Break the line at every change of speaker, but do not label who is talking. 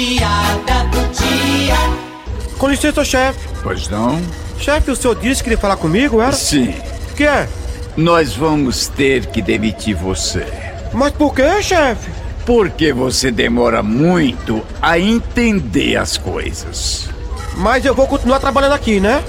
piada do dia.
Com licença, chefe.
Pois não?
Chefe, o senhor disse que ia falar comigo, era?
Sim.
O que é?
Nós vamos ter que demitir você.
Mas por que, chefe?
Porque você demora muito a entender as coisas.
Mas eu vou continuar trabalhando aqui, né?